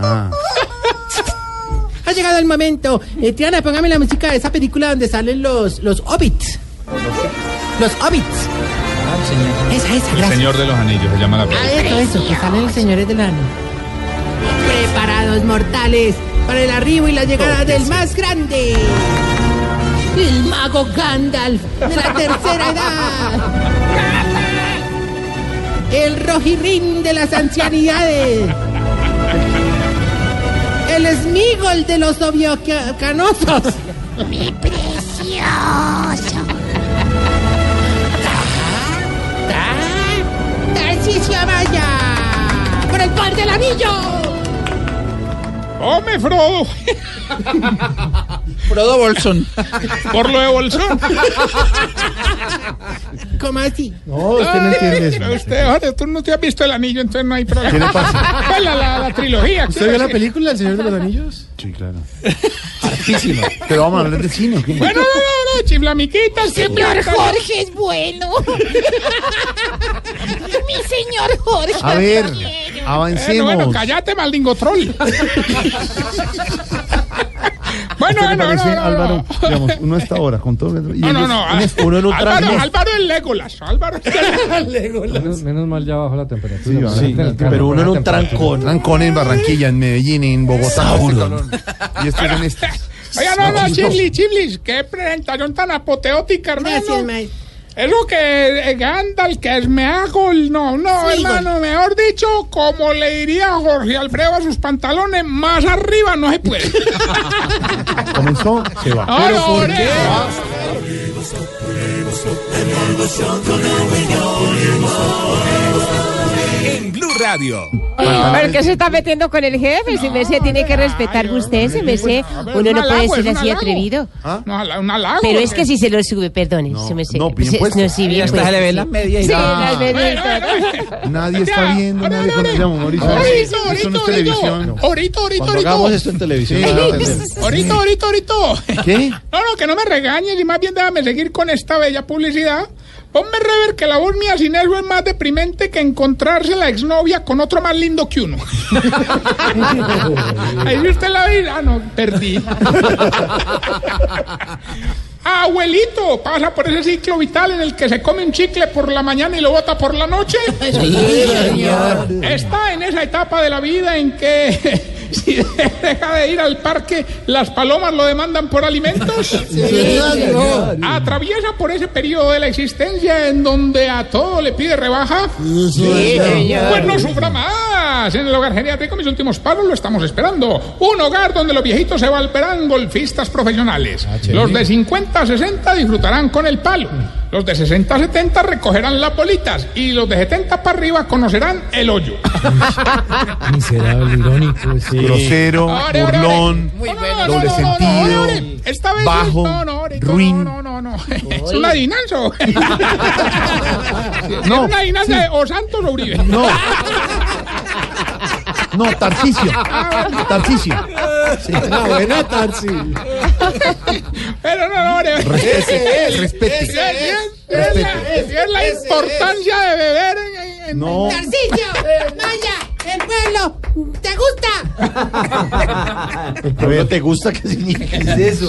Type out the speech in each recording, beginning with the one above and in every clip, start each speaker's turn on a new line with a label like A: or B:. A: Ah.
B: Ha llegado el momento. Eh, Triana, póngame la música de esa película donde salen los, los hobbits. Los hobbits. Ah, Esa, esa,
A: El
B: gracias.
A: Señor de los Anillos se llama la
B: Ah,
A: película.
B: eso, eso, que salen los señores del ano. Preparados mortales para el arribo y la llegada del más grande. El mago Gandalf de la tercera edad. El rojirrín de las ancianidades. El esmigol de los obviocanosos.
C: Mi precioso.
B: Tarcisio Amaya. Por el poder del anillo.
A: ¡Hombre, Frodo!
D: Frodo Bolson.
A: Por lo de Bolsón.
B: ¿Cómo así?
E: No, usted no entiende eso.
A: Pero Usted, ahora, tú no te has visto el anillo, entonces no hay problema. ¿Qué le pasa? la, la, la trilogía.
E: ¿Usted vio la
A: quiero decir.
E: película El Señor de los Anillos?
F: Sí, claro.
D: Altísimo.
F: Pero vamos a hablar de cine. ¿o qué?
A: Bueno, no, no, no, chiflamiquita.
C: Señor Jorge es bueno. Mi señor Jorge.
F: A ver,
C: Caballero.
A: Eh, no, bueno,
F: avancemos.
A: cállate, maldingo troll. bueno,
F: ¿Qué
A: no,
F: le
A: no,
F: parece,
A: no, no,
F: Álvaro?
A: no.
F: Digamos, uno hasta ahora, con todo el... y
A: No, no,
F: ellos-
A: no.
F: ellos- Uno en un traje.
A: Álvaro, Álvaro es Legolas. Álvaro es
G: Menos, menos mal ya bajó la temperatura.
F: Sí,
G: porque
F: sí,
G: ahorita en el carro
F: pero
G: fue
F: uno en
G: una
F: un
G: temperatura.
F: trancón. Trancón en Barranquilla, en Medellín, en Bogotá. Y estos son estos.
A: Oiga, no, no, Chiblis, Chiblis, qué presentación tan apoteótica, hermano.
B: Gracias, maestro.
A: Es lo que eh, Gandalf, que es me hago el- no, no,
B: Sí,
A: hermano, mejor dicho, como le diría Jorge Alfredo a sus pantalones, más arriba no se puede.
F: Comenzó, se va.
A: Ahora, ahora,
H: Pero que se está metiendo con el jefe, si me sé, tiene que respetar usted, se me sé.
A: pues, A ver,
H: Uno
A: un
H: no puede
A: halago, es
H: ser
A: un
H: así
A: halago.
H: atrevido.
F: ¿Ah?
A: No, ala- un halago.
H: Pero es que
A: porque-
H: si se lo sube, perdone,
F: No,
H: se me sé.
F: no, bien
H: Se-
F: puesto.
H: No, sí, bien
D: Ya está,
H: puesto,
D: se le ve
H: sí.
D: las medias.
H: Sí, las medias.
A: Bueno, bueno, bueno.
F: Nadie está
A: Ya,
F: viendo,
A: ahora,
F: nadie
A: ahora,
F: conoce. Mauricio,
A: ahora,
F: eso
A: ahorita,
F: no es
A: ahorita,
F: televisión.
A: Ahorita, ahorita,
D: Cuando
A: ahorita.
D: hagamos esto en televisión.
F: Sí,
D: van a
F: no,
D: entender.
A: Ahorita, ahorita, ahorita.
F: ¿Qué?
A: No, no, que no me regañes y más bien déjame seguir con esta bella publicidad. Ponme rever que la voz mía sin eso es más deprimente que encontrarse la exnovia con otro más lindo que uno. Ahí sí usted la vida, Ah, no, perdí. Abuelito, pasa por ese ciclo vital en el que se come un chicle por la mañana y lo bota por la noche. Está en esa etapa de la vida en que si deja de ir al parque, las palomas lo demandan por alimentos. Atraviesa por ese periodo de la existencia en donde a todo le pide rebaja. Pues no sufra más. En el hogar geriátrico, mis últimos palos lo estamos esperando. Un hogar donde los viejitos se volverán golfistas profesionales. Los de 50 a 60 disfrutarán con el palo. Los de 60 a 70 recogerán las bolitas. Y los de 70 para arriba conocerán el hoyo.
G: Miserable, irónico. Sí.
F: Grosero,
A: Ore, ore, ore.
F: burlón.
A: No, no, no, no,
F: Doble
A: no,
F: sentido,
A: ore, ore. Esta vez
F: bajo,
A: es- no, no, ore, no,
F: ruin.
A: No, no, no. Es una adivinanza.
F: No,
A: es una adivinanza de O Santos o Uribe.
F: No. No, Tarcicio. Tarcicio. Sí.
E: Ah, buena, Tarsi.
A: Pero no, no, ore.
F: Respete. Respete.
A: Es, es- es la, es la importancia de beber en- en- en-
F: No.
B: Tarcicio, Maya, el pueblo, ¿te gusta?
F: ¿No te gusta que significa eso?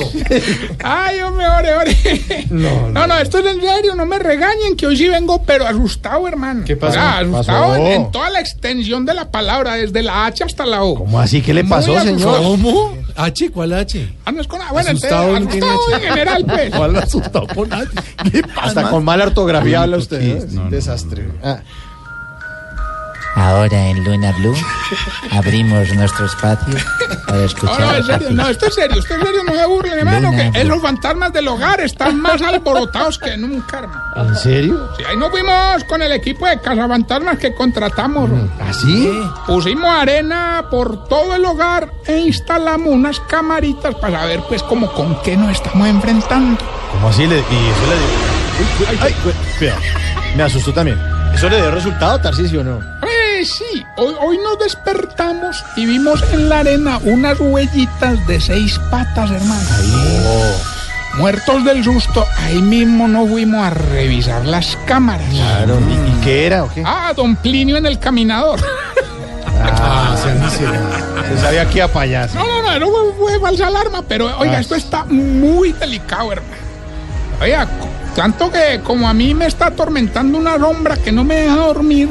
A: Ay, hombre, ore, ore. No, no, esto es en serio, no me regañen que hoy sí vengo, pero asustado, hermano. ¿Qué
D: pasó?
A: asustado en,
F: Pasó.
A: en toda la extensión de la palabra, desde la H hasta la O.
F: ¿Cómo así? ¿Qué le
A: Muy
F: pasó,
A: asustado.
F: señor?
E: ¿Cómo? ¿H? ¿Cuál H?
A: Ah, no es con A. Bueno,
E: Asustado,
A: entonces,
E: no
A: asustado en general, pues.
F: ¿Cuál lo asustó con nadie? ¿Qué pasa?
D: Hasta con mala ortografía habla usted. ¿eh?
F: Sí, no, no,
D: Desastre. Ah.
I: Ahora en Luna Blue abrimos nuestro espacio para
A: No,
I: escuchar
A: no,
I: a
A: en serio,
I: Patricio.
A: no, esto es serio, esto es serio, no se burlen, hermano,
I: Luna,
A: que
I: pues.
A: los fantasmas del hogar están más alborotados que nunca, hermano.
D: ¿En serio?
A: Sí, ahí nos fuimos con el equipo de cazafantasmas que contratamos.
F: ¿Ah,
D: ¿Así?
A: Pusimos arena por todo el hogar e instalamos unas camaritas para saber, pues, como con qué nos estamos enfrentando.
F: ¿Cómo así? Le, y eso le dio. Ay, ay, güey, espera. me asustó también.
D: ¿Eso le dio resultado, Tarcisio, o no?
A: Eh, sí, hoy, hoy nos despertamos y vimos en la arena unas huellitas de seis patas, hermano. Muertos del susto, ahí mismo nos fuimos a revisar las cámaras.
F: Claro. ¿Y, y qué era o qué?
A: Ah, don Plinio en el caminador.
F: Ah, se han Se sabía aquí a payaso.
A: No, no, no, no fue, fue falsa alarma, pero oiga, esto está muy delicado, hermano. Oiga, cu- tanto que como a mí me está atormentando una sombra que no me deja dormir,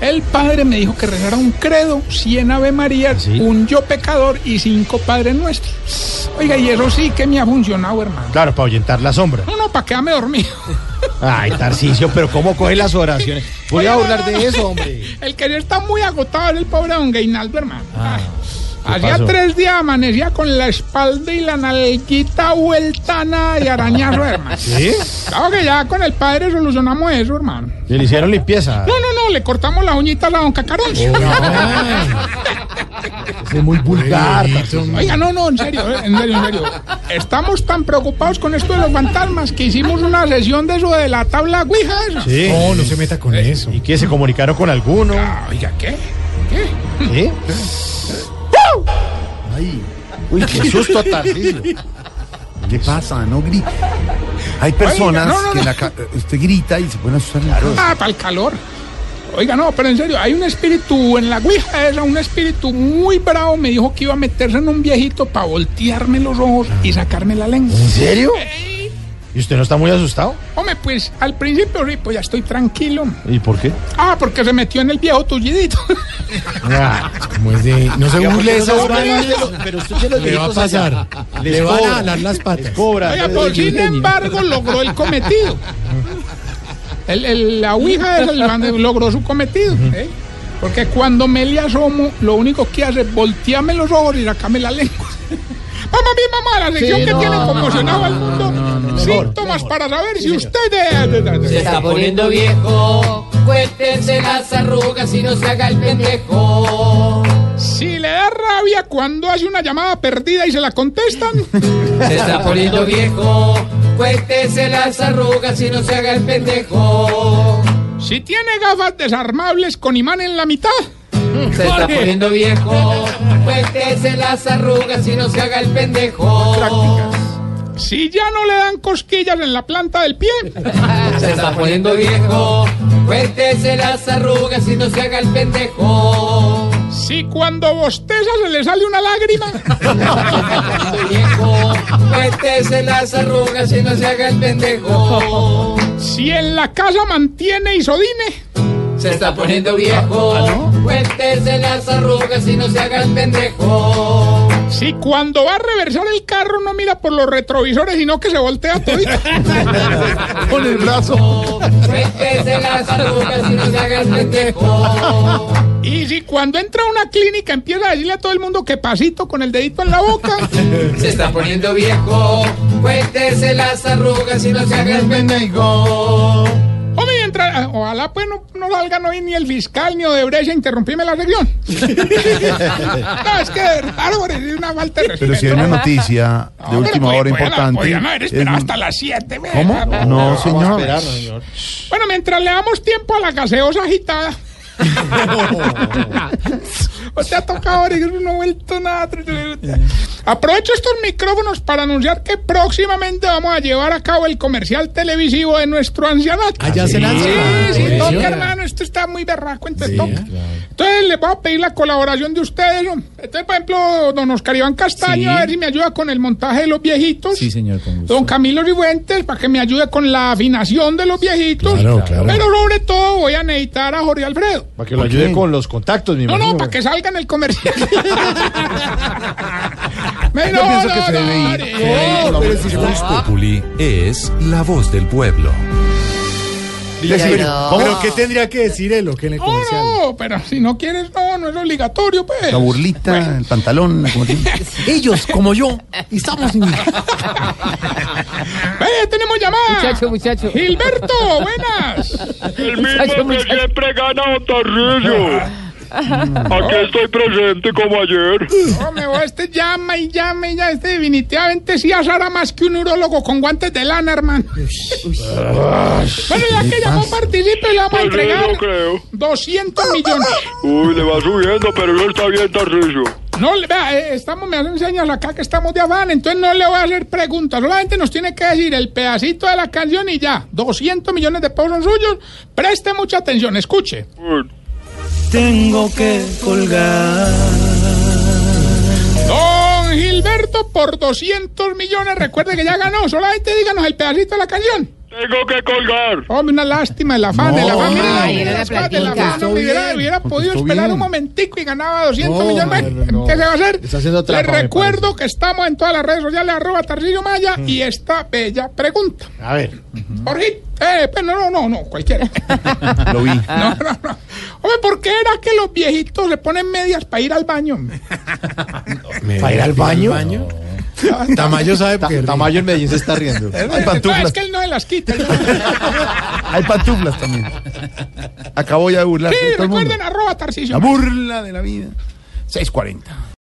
A: el padre me dijo que rezara un credo, 100 Ave Marías, un yo pecador y cinco Padres Nuestros. Oiga, y eso sí que me ha funcionado, hermano.
F: Claro, para ahuyentar la sombra.
A: No, no, para quedarme dormido.
F: Ay, Tarcisio, pero ¿cómo coge las oraciones? Voy a
A: Oiga,
F: burlar
A: no, no.
F: de eso, hombre.
A: El que ya está muy agotado era el pobre don Gainaldo, hermano. Ay,
F: Ah, ¿qué
A: Hacía
F: pasó?
A: tres días amanecía con la espalda y la nalguita vueltana y arañazo, hermano.
F: ¿Sí?
A: Claro que ya con el padre solucionamos eso, hermano.
F: Y le hicieron limpieza.
A: No, no, no, le cortamos la uñita a la don Cacarón.
E: Es muy vulgar.
A: Oiga, no, no, en serio, eh, en serio, en serio. Estamos tan preocupados con esto de los fantasmas que hicimos una sesión de eso de la tabla Ouija. esa.
F: Sí.
E: No, no se meta con eso.
F: ¿Y qué? ¿Se comunicaron con alguno?
A: Ah, Oiga, ¿qué? ¿Qué?
F: ¿Qué? Ay. Uy, qué susto a Tarcisio.
J: ¿Qué pasa? No grite. Hay personas
A: no, no,
J: que
A: no.
J: la ca- usted grita y se pueden asustar. Claro.
A: Ah, para el calor. Oiga, no, pero en serio, hay un espíritu en la Ouija esa, un espíritu muy bravo me dijo que iba a meterse en un viejito para voltearme los ojos y sacarme la lengua.
F: ¿En serio?
A: Ey,
F: ¿Y usted no está muy asustado?
A: Hombre, pues al principio sí, pues ya estoy tranquilo.
F: ¿Y por qué?
A: Ah, porque se metió en el viejo tullidito.
F: Ah,
E: Como es de- No se burle de esas vainas.
F: pero usted se los
E: Le va a pasar.
F: Les
E: Le van
F: cobra.
E: a alar las patas.
F: Cobra.
A: Oiga, pero sin embargo logró el cometido. El- el- la Ouija esa, el man- logró su cometido. ¿eh? Porque cuando me le asomo, lo único que hace es voltearme los ojos y sacarme la lengua. Vamos a mi mamá, la sección que tiene conmocionado al mundo. Síntomas para saber si usted... es-
I: está poniendo viejo. Cuéntense las arrugas y no se haga el pendejo.
A: Si le da rabia cuando hace una llamada perdida y se la contestan.
I: Se está poniendo viejo. Cuéntense las arrugas y no se haga el pendejo.
A: Si tiene gafas desarmables con imán en la mitad.
I: Se está poniendo viejo. Cuéntese las arrugas y no se haga el pendejo.
A: Si ya no le dan cosquillas en la planta del pie.
I: Se está poniendo viejo. Cuéntese las arrugas y no se haga el pendejo.
A: Si cuando bosteza se le sale una lágrima.
I: Viejo, cuéntese las arrugas y no se haga el pendejo.
A: Si en la casa mantiene isodine.
I: Se está poniendo viejo. Cuéntese las arrugas y no se haga el pendejo.
A: Si cuando va a reversar el carro no mira por los retrovisores, sino que se voltea todito.
J: Con el brazo.
I: Cuéntese las arrugas y no se haga el pendejo.
A: Y si cuando entra a una clínica empieza a decirle a todo el mundo que pasito con el dedito en la boca.
I: Se está poniendo viejo. Cuéntese las arrugas y no se haga el pendejo.
A: O mientras, ojalá pues no, no salgan hoy ni el fiscal ni Odebrecht a interrumpirme la sección. no, es que de verdad, Álvaro, es una falta de respeto.
J: Pero si hay una
F: Ah,
J: noticia de última hora importante.
A: no haber
J: es-
A: esperado hasta las 7.
J: ¿Cómo? No, señor.
A: Bueno, mientras le damos tiempo a la gaseosa agitada. Usted ha tocado ahora y no ha vuelto nada. Aprovecho estos micrófonos para anunciar que próximamente vamos a llevar a cabo el comercial televisivo de nuestro ancianato.
E: Allá se lanza.
A: Sí,
E: Ah,
A: sí,
E: buenísimo.
A: toca, hermano. Esto está muy berraco, entonces toca. Entonces les voy a pedir la colaboración de ustedes. ¿no? Entonces, por ejemplo, don Oscar Iván Castaño, a ver si me ayuda con el montaje de los viejitos.
G: Sí, señor, con gusto.
A: Don Camilo Rifuentes para que me ayude con la afinación de los viejitos.
E: Claro, claro.
A: Pero sobre todo voy a necesitar a Jorge Alfredo.
F: Para que lo ayude con los contactos, mi
A: No,
F: imagino.
A: no, para que salga en el comercial. Me-
J: Yo pienso que se
A: no,
J: debe ir.
A: no, no,
J: Se debe ir.
K: Voz Populi es la voz del pueblo.
E: Pero, pero ¿qué tendría que decir él o qué en el
A: no,
E: comercial?
A: no, pero si no quieres, no, no es obligatorio, pues.
J: La burlita, el pantalón. como tiene-
E: Ellos, como yo, estamos en...
A: Ve, Eh, tenemos llamada.
H: Muchacho, muchacho.
A: Gilberto, buenas.
H: El muchacho, muchacho.
A: Hombre, vos este llama y llama y ya este definitivamente sí asara más que un urólogo con guantes de lana, hermano. bueno, ya que llamó participe, le vamos a entregar 200 millones.
K: Uy, le va subiendo, pero no está bien, Tarcisio.
A: No, le- vea, eh, estamos, me hacen señas acá que estamos de afán, entonces no le voy a hacer preguntas, solamente nos tiene que decir el pedacito de la canción y ya, 200 millones de pesos son suyos, preste mucha atención, escuche.
K: Uy,
G: Tengo que colgar.
A: por 200 millones. Recuerde que ya ganó. Solamente díganos el pedacito de la canción.
L: Tengo que colgar.
A: Hombre, una lástima, el afán, el afán. Mire,
L: ay,
A: mire,
L: era
A: las cosas del
L: platica.
A: afán. No,
L: Contestó
A: hubiera,
L: bien,
A: hubiera podido
L: contestó
A: esperar
L: bien.
A: un momentico y ganaba 200
L: No,
A: millones más.
L: no.
A: ¿Qué se va a hacer?
L: Está haciendo trampa,
A: Le
L: me
A: recuerdo que estamos en todas las redes sociales, arroba Tarcillo Maya,
L: Mm.
A: y esta bella pregunta.
F: A ver.
A: Jorge, eh, pues no, no, no, no, cualquiera.
F: Lo vi.
A: No, no, no. Hombre, ¿por qué era que los viejitos le ponen medias para ir al baño? hombre?
F: ¿Para ir al baño? Tamayo sabe que. Tamayo en Medellín se está riendo. Hay
A: No,
F: pantuflas.
A: es que él no se las quita. él no-
F: Hay pantuflas también.
M: Acabo ya de burlar.
A: Sí, recuerden, arroba Tarcillo.
M: La burla de la vida. 640.